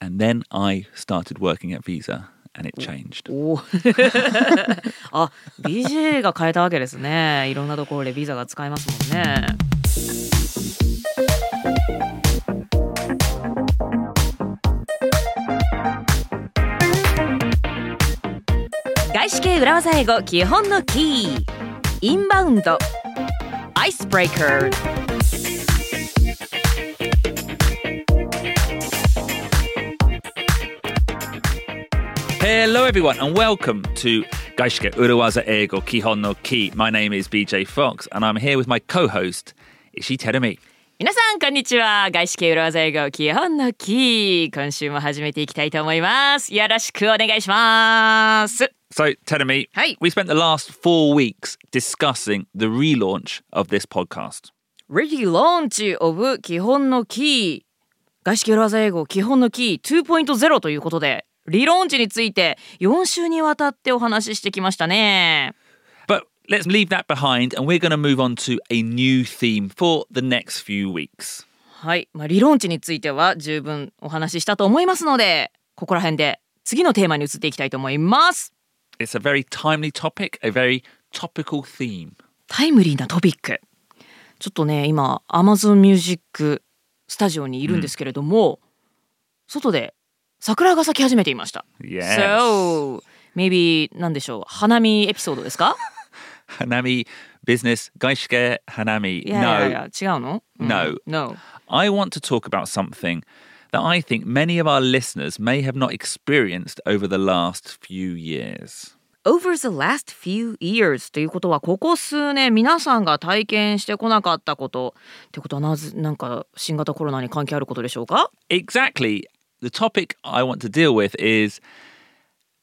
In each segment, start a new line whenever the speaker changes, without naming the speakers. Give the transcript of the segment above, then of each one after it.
And then I started working at Visa and it changed.
おー あ BJ が変えたわけですねいろんなところでビザが使えますもんね外資系裏技英語基本のキーインバウンドアイスブレイカー
Hello, everyone, and welcome to Gaishike Urawaza Ego Kihon no Ki. My name is BJ Fox, and I'm here with my co host, Ishi Terumi.
皆さんこんにちは外資系裏技英語基本のキー今週も始めていきたいと思いますよろしくお願いします
So, Terumi,
Hey.
we spent the last four weeks discussing the relaunch of this podcast.
Ready Launch of 基本のキー外資系裏技英語基本のキー2.0ということでリローンチについて4週にわたってお話ししてきましたね
But let's leave that behind, and we're going to move on to a new theme for the next few weeks.
はい、まあ、リローンチについては十分お話ししたと思いますのでここら辺で次のテーマに移っていきたいと思います
It's a very timely topic, a very topical theme.
タイムリーなトピックちょっとね今 Amazon Music スタジオにいるんですけれども、外で桜が咲き始めていました。
Yes.
So maybe なんでしょう花見エピソードですか
Hanami Business Gaishike Hanami.
いやい
no,
やいや違うの、うん
No.
No
I want to talk about something that I think many of our listeners may have not experienced over the last few years.
Over the last few years ということはここ数年皆さんが体験してこなかったことってことはなぜなんか新型コロナに関係あることでしょうか
Exactly. The topic I want to deal with is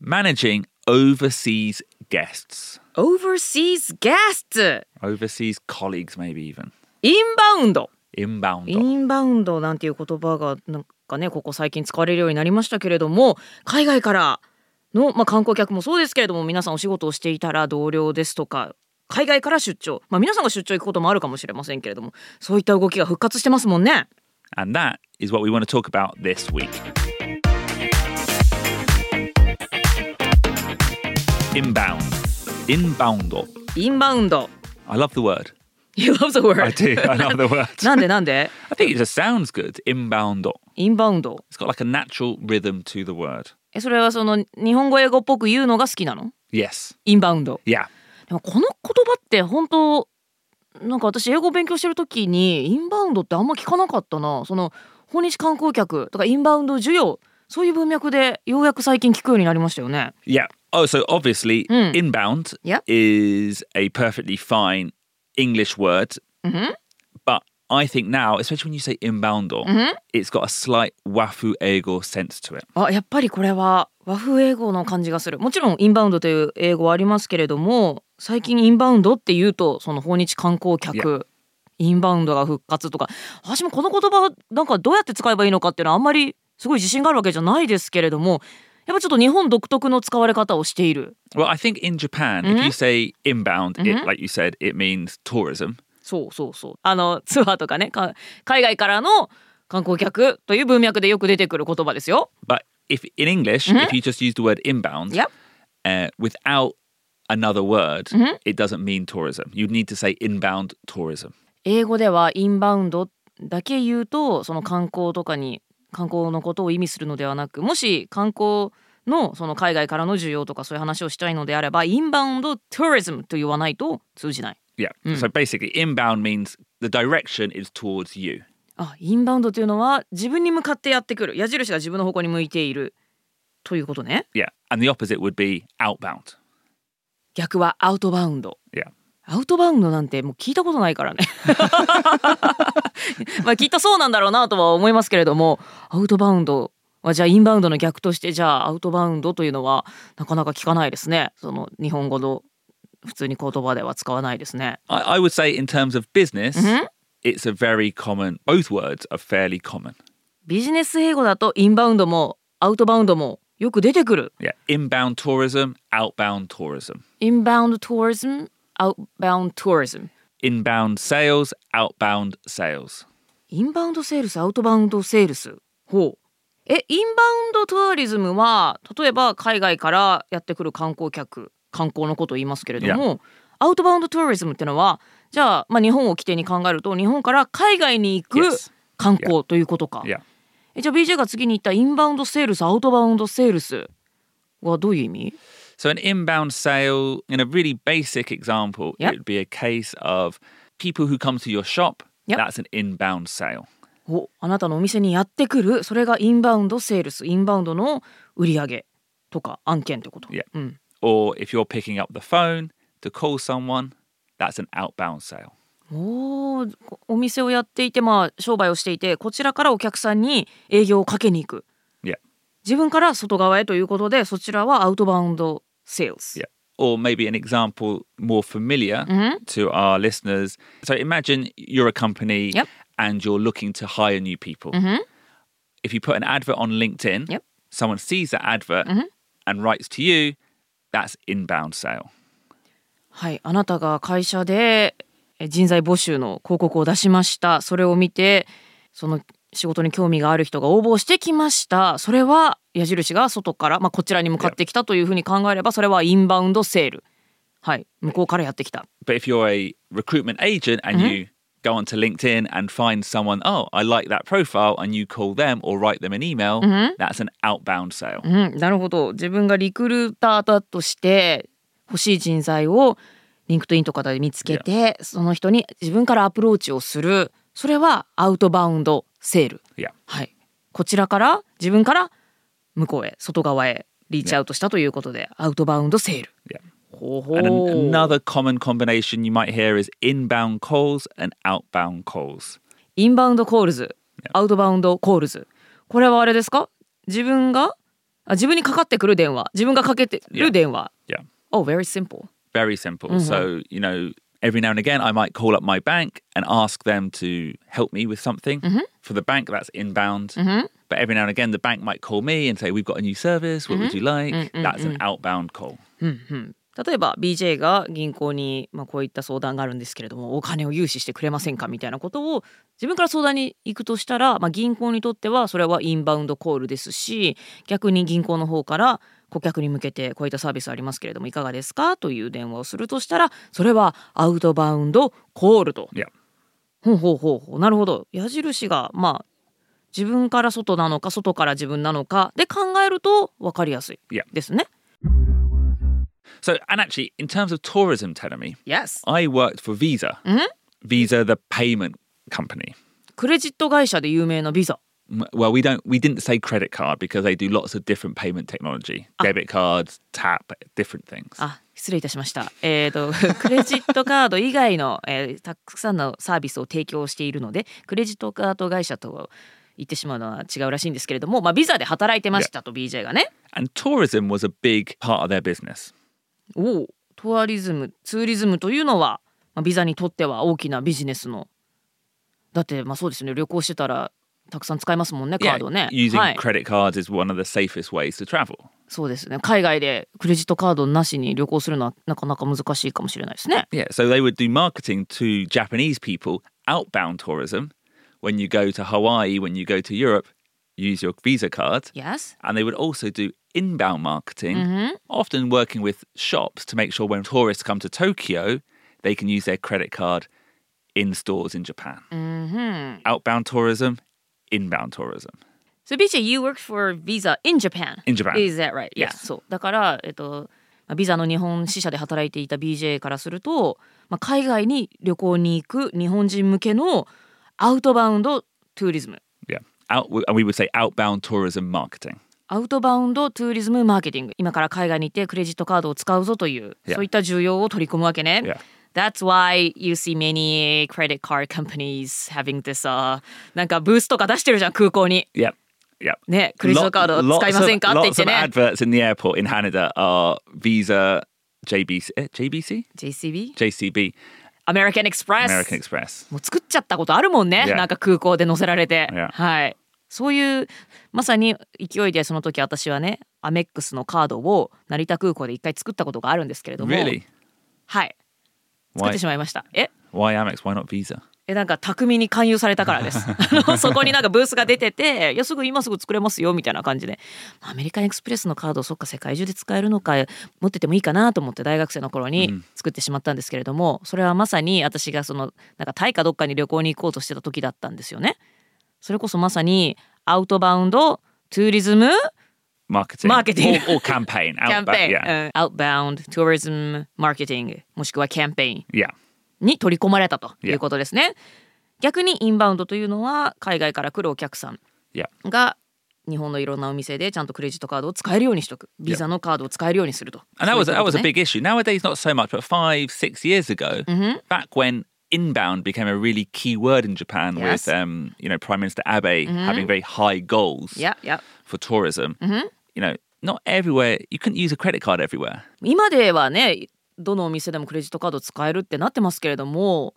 managing overseas guests,
Overseas guests
overseas colleagues, maybe even
インバウンド
inbound.
インバウンドなんていう言葉がなんかねここ最近使われるようになりましたけれども海外からの、まあ、観光客もそうですけれども皆さんお仕事をしていたら同僚ですとか海外から出張、まあ、皆さんが出張行くこともあるかもしれませんけれどもそういった動きが復活してますもんね。
And that is what we want to talk about this week. Inbound. Inboundo.
インバウンド
I love the word.
You love the
I
word.
do. I love the word.
なんでなんで
I think it just sounds good. Inboundo.
インバウンド
It's got like a natural rhythm to the word.
えそれはその日本語英語っぽく言うのが好きなの
Yes.
インバウンド。
Yeah.
でもこの言葉って本当なんか私英語を勉強してる時にインバウンドってあんま聞かなかったなその訪日観光客とかインバウンド需要そういう文脈でようやく最近聞くようになりましたよね。
Yeah. Oh, so obviously,
Mm.
inbound
Yeah.
is a perfectly fine English word,
うんふん
but I think now, especially when you say inboundo,
Mhm.
it's got a slight wafu ego sense to it.
あやっぱりこれは和風英語の感じがするもちろんインバウンドという英語はありますけれども最近インバウンドっていうとその訪日観光客インバウンドが復活とか私もこの言葉なんかどうやって使えばいいのかっていうのはあんまりすごい自信があるわけじゃないですけれどもやっぱちょっと日本独特の使われ方をしている
Well, I think in Japan, if you say inbound, it, like you said, it means tourism.
そうそうそうあのツアーとかねか海外からの観光客という文脈でよく出てくる言葉ですよ。
But if in English, if you just use the word inbound
Yep.
uh, without another word, it doesn't mean tourism. You'd need to say inbound tourism.
英語ではインバウンドだけ言うとその観光とかに観光のことを意味するのではなくもし観光のその海外からの需要とかそういう話をしたいのであればインバウンド・トゥーリズムと言わないと通じない。
Yeah. So basically, inbound means the direction is towards you.
あインバウンドというのは自分に向かってやってくる矢印が自分の方向に向いているということね。
Yeah. And the opposite would be outbound.
逆はアウトバウンド。
Yeah.
アウトバウンドなんてもう聞いたことないからね。 まあきっとそうなんだろうなとは思いますけれどもアウトバウンドはじゃあインバウンドの逆としてじゃあアウトバウンドというのはなかなか聞かないですね。その日本語の普通に言葉では使わないですね。
I, I would say, in terms of business,
Mhm.
it's a very common, both words are fairly common.
ビジネス英語だとインバウンドもアウトバウンドもよく出てくる。
Yeah. Inbound tourism, outbound tourism.
インバウンドトゥーリズム、アウトバウンドトゥーリズム。
Inbound sales, outbound sales.
インバウンドセールス、アウトバウンドセールス。ほう。えインバウンドトゥアリズムは例えば海外からやってくる観光客観光のことを言いますけれども、アウトバウンドトゥアリズムってのはじゃあ、まあ、日本を起点に考えると日本から海外に行く
Yes.
観光ということか。
Yeah.
えじゃあ BJ が次に言ったインバウンドセールスアウトバウンドセールスはどういう意味
So an inbound sale, in a really basic example,
Yep.
it would be a case of people who come to your shop.
Yep.
That's an inbound sale.
おあなたのお店にやってくるそれがインバウンドセールスインバウンドの売り上げとか案件ってこと。
Yeah.
うん、
Or if you're picking up the phone to call someone, that's an outbound sale.
おーこお店をやっていて、まあ、商売をしていてこちらからお客さんに営業をかけに行く
Yeah.
自分から外側へということでそちらはアウトバウンドセールス。
Yeah. Or maybe an example more familiar to our listeners. So imagine you're a company
Yep. Mm-hmm.
and you're looking to hire new people. If you put an advert on LinkedIn,
Yep. Mm-hmm.
someone sees that advert and writes to you, that's inbound sale.
はい、あなたが会社でえ人材募集の広告を出しましたそれを見てその仕事に興味がある人が応募してきましたそれは矢印が外から、まあ、こちらに向かってきたというふうに考えればそれはインバウンドセールはい向こうからやってきた
But if you're a recruitment agent and
Mm-hmm.
you go onto LinkedIn and find someone, oh, I like that profile, and you call them or write them an email,
Mm-hmm.
that's an outbound sale.
うん、なるほど自分がリクルーターだとして欲しい人材をリンクトインとかで見つけてその人に自分からアプローチをするそれはアウトバウンドセール
Yeah.
はい、こちらから自分から向こうへ外側へリーチアウトしたということで、アウトバウンドセール
Yeah.
ほうほう
And an- another common combination you might hear is inbound calls and outbound calls.
インバウンドコールズアウトバウンドコールズこれはあれですか自分があ自分にかかってくる電話自分がかけてる電話
Yeah.
Oh very simple
Very simple. So, you know, every now and again, I might call up my bank and ask them to help me with something. For the bank, that's inbound. But every now and again, the bank might call me and say, We've got a new service. What would you like? That's an outbound call.
例えば BJ が銀行に、まあ、こういった相談があるんですけれどもお金を融資してくれませんかみたいなことを自分から相談に行くとしたら、まあ、銀行にとってはそれはインバウンドコールですし逆に銀行の方から顧客に向けてこういったサービスありますけれどもいかがですかという電話をするとしたらそれはアウトバウンドコールと。
Yeah.
ほうほうほうほうなるほど矢印がまあ自分から外なのか外から自分なのかで考えると分かりやすい
Yeah.
ですね。
So, and actually, in terms of tourism, Telemi,
Yes.
I worked for Visa, Visa, the payment company.
クレジット会社で有名なビザ
M- Well, we don't, we didn't say credit card because they do lots of different payment technology, debit cards, tap, different things.
あ失礼いたしましたえっ、 とクレジットカード以外の、えーたくさんのサービスを提供しているのでクレジットカード会社と言ってしまうのは違うらしいんですけれどもまあビザで働いてましたと BJ がね
And tourism was a big part of their business.
おおトアリズムツーリズムというのは、まあ、ビザにとっては大きなビジネスのだってまあそうですね旅行してたらたくさん使いますもんねカードね
using
はい
credit cards is one of the safest ways to travel.
そうですね海外でクレジットカードなしに旅行するのはなかなか難しいかもしれないですね
Yeah, so they would do marketing to Japanese people, outbound tourism. When you go to Hawaii, when you go to Europe, use your Visa card.
Yes
And they would also do inbound marketing, often working with shops to make sure when tourists come to Tokyo, they can use their credit card in stores in Japan.
Mm.
Outbound tourism, inbound tourism.
So BJ, you worked for Visa in Japan.
In Japan.
Is that right?
Yes.
Yeah. そう。だから、えっと、まあビザの日本支社で働いていた BJ からすると、まあ、海外に旅行に行く日本人向けのアウトバウンドトゥーリズム。
Yeah. Out, and we would say outbound tourism marketing.
アウトバウンドトゥーリズムマーケティング。今から海外に行ってクレジットカードを使うぞという、
Yeah.
そういった需要を取り込むわけね。
Yeah.
That's why you see many credit card companies having this、uh, なんかブースとか出してるじゃん空港に。
Yep. Yep.
ね、クレジットカード
Lot-
使いませんか
lots
っ
of,
て言っ
lots
て
of
ね。
adverts in the airport in Haneda are Visa, JBC, eh, JBC,
JCB?
JCB,
American Express
American Express.
もう作っちゃったことあるもんね、
Yeah.
なんか空港で乗せられて、
Yeah.
はいそういうまさに勢いでその時私はねアメックスのカードを成田空港で一回作ったことがあるんですけれども、
Really?
はい作っ
Why?
てしまいましたえ
Why Amex? Why not Visa?
えなんか巧みに勧誘されたからですあのそこになんかブースが出てて「いやすぐ今すぐ作れますよ」みたいな感じでアメリカンエクスプレスのカードそっか世界中で使えるのか持っててもいいかなと思って大学生の頃に作ってしまったんですけれども、それはまさに私がそのなんかタイかどっかに旅行に行こうとしてた時だったんですよね。それこそまさにアウトバウンドトゥーリズム
marketing,
Marketing. uh.
or, or campaign,
キャ
Outba-
ンペーン、
yeah,
うん、アウトバウンドトゥーリズムマーケティングもしくはキャンペーン
yeah,
に取り込まれたということですね。逆にインバウンドというのは海外から来るお客さん
yeah,
が日本のいろんなお店でちゃんとクレジットカードを使えるようにしとくビザのカードを使えるようにすると。
and that was
そう
that
いうこと
was a
ね
big issue. Nowadays, not so much, but five, six years ago,
Mm-hmm.
back when inbound became a really key word in Japan,
Yes. Mm-hmm.
with um, you know Prime Minister Abe having very high goals
いやいや
for tourism.
Mm-hmm.
You know, not everywhere you couldn't use a credit card everywhere.
今ではねどのお店でもクレジットカード使えるってなってますけれども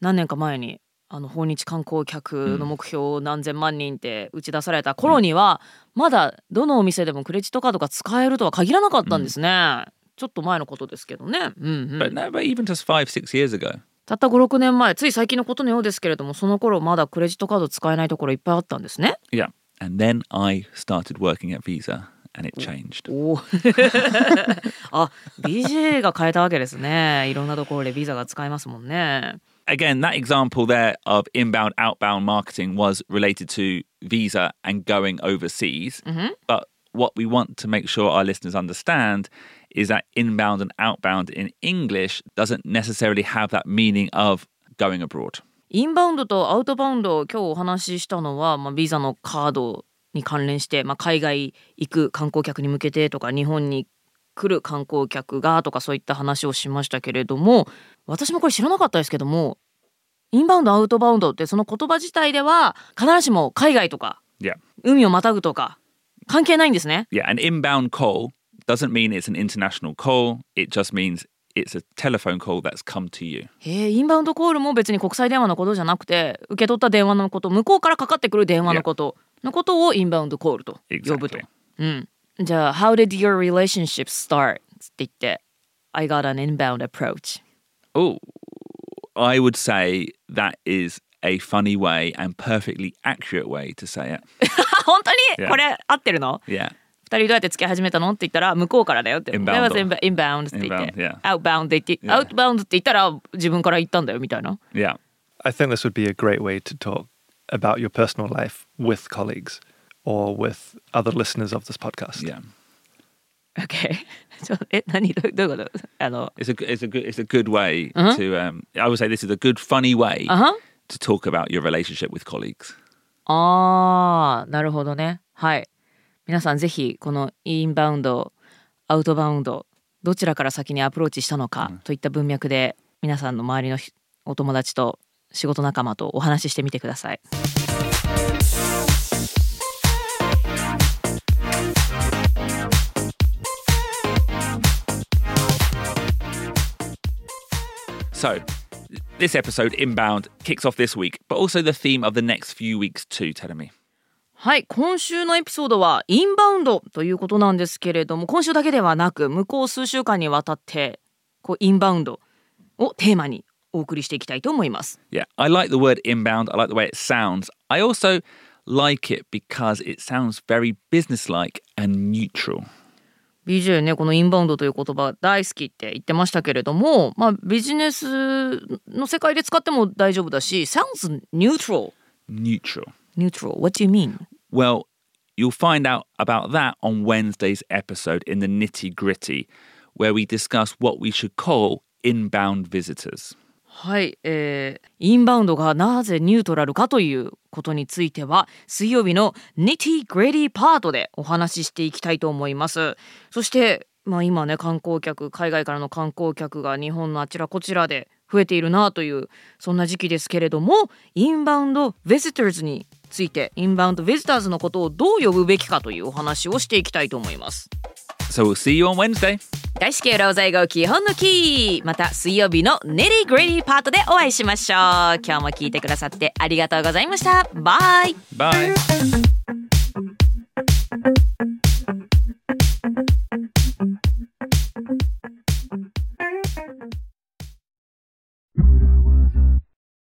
何年か前にあの訪日観光客の目標を何千万人って打ち出された頃には、まだどのお店でもクレジットカードが使えるとは限らなかったんですね、ちょっと前のことですけどね、うんうん
But no, but even just five, six years ago,
たった56年前つい最近のことのようですけれどもその頃まだクレジットカード使えないところいっぱいあったんですね
yeah. And then I started working at Visa, and it changed.
おお あ BJ が変えたわけですねいろんなところでビザが使えますもんね
again, that example there of inbound, outbound marketing was related to visa and going overseas. But what we want to make sure our listeners understand is that inbound and outbound in English doesn't necessarily have that meaning of going abroad.
インバウンドとアウトバウンド今日お話ししたのは、まあ、ビザのカードに関連して、まあ、海外行く観光客に向けてとか日本に来る観光客がとかそういった話をしましたけれども私もこれ知らなかったですけどもインバウンドアウトバウンドってその言葉自体では必ずしも海外とか
Yeah.
海をまたぐとか関係ないんですね。
Yeah. An inbound call doesn't mean it's an international call, it just means it's a telephone call that's come to you.
へえインバウンドコールも別に国際電話のことじゃなくて受け取った電話のこと向こうからかかってくる電話のことのことをインバウンドコールと呼ぶと。
Exactly.
うん、じゃあ「How did your relationship start?」つって言って「I got an inbound approach
Oh, I would say that is a funny way and perfectly accurate way to say it.
あ」本当に
Yeah.
これ合ってるの
Yeah.
二人どうやって付き始めたのって言ったら向こうからだよって。
Inbound
これは全部 inbound って言って
Inbound, yeah.。
outbound って言って、outbound って言ったら自分から言ったんだよみたいな。
Yeah.
I think this would be a great way to talk about your personal life with colleagues or with other listeners of this podcast.
Yeah,
Okay ちょえ何どうどういうことあの
it's a g- it's a good it's a good way to. Um, I would say this is a good funny way
Uh-huh.
to talk about your relationship with colleagues.
あーなるほどねはい皆さんぜひこのインバウンドアウトバウンドどちらから先にアプローチしたのかといった文脈で皆さんの周りのひお友達と仕事仲間とお話ししてみてください
So, this episode inbound kicks off this week, but also the theme of the next few weeks too. Teremi.
はい今週のエピソードはインバウンドということなんですけれども今週だけではなく向こう数週間にわたってこうインバウンドをテーマにお送りしていきたいと思います。
Yeah, I like the word inbound. I like the way it sounds. I also like it because it sounds very businesslike and neutral.
BJ ねこのインバウンドという言葉大好きって言ってましたけれども、まあ、ビジネスの世界で使っても大丈夫だし sounds neutral
Neutral.
neutral what do you mean
Well, you'll find out about that on Wednesday's episode in the nitty gritty, where we discuss what we should call inbound visitors.
はい、えーインバウンドがなぜニュートラルかということについては水曜日のニティグレディパートでお話ししていきたいと思いますそしてまあ今ね観光客海外からの観光客が日本のあちらこちらで増えているなというそんな時期ですけれどもインバウンドビジターズについてインバウンドビジターズのことをどう呼ぶべきかというお話をしていきたいと思います
So we'll see you on Wednesday.
大至急老在語基本のキーまた水曜日のネリーグレディパートでお会いしましょう今日も聞いてくださってありがとうございましたバイ
Bye.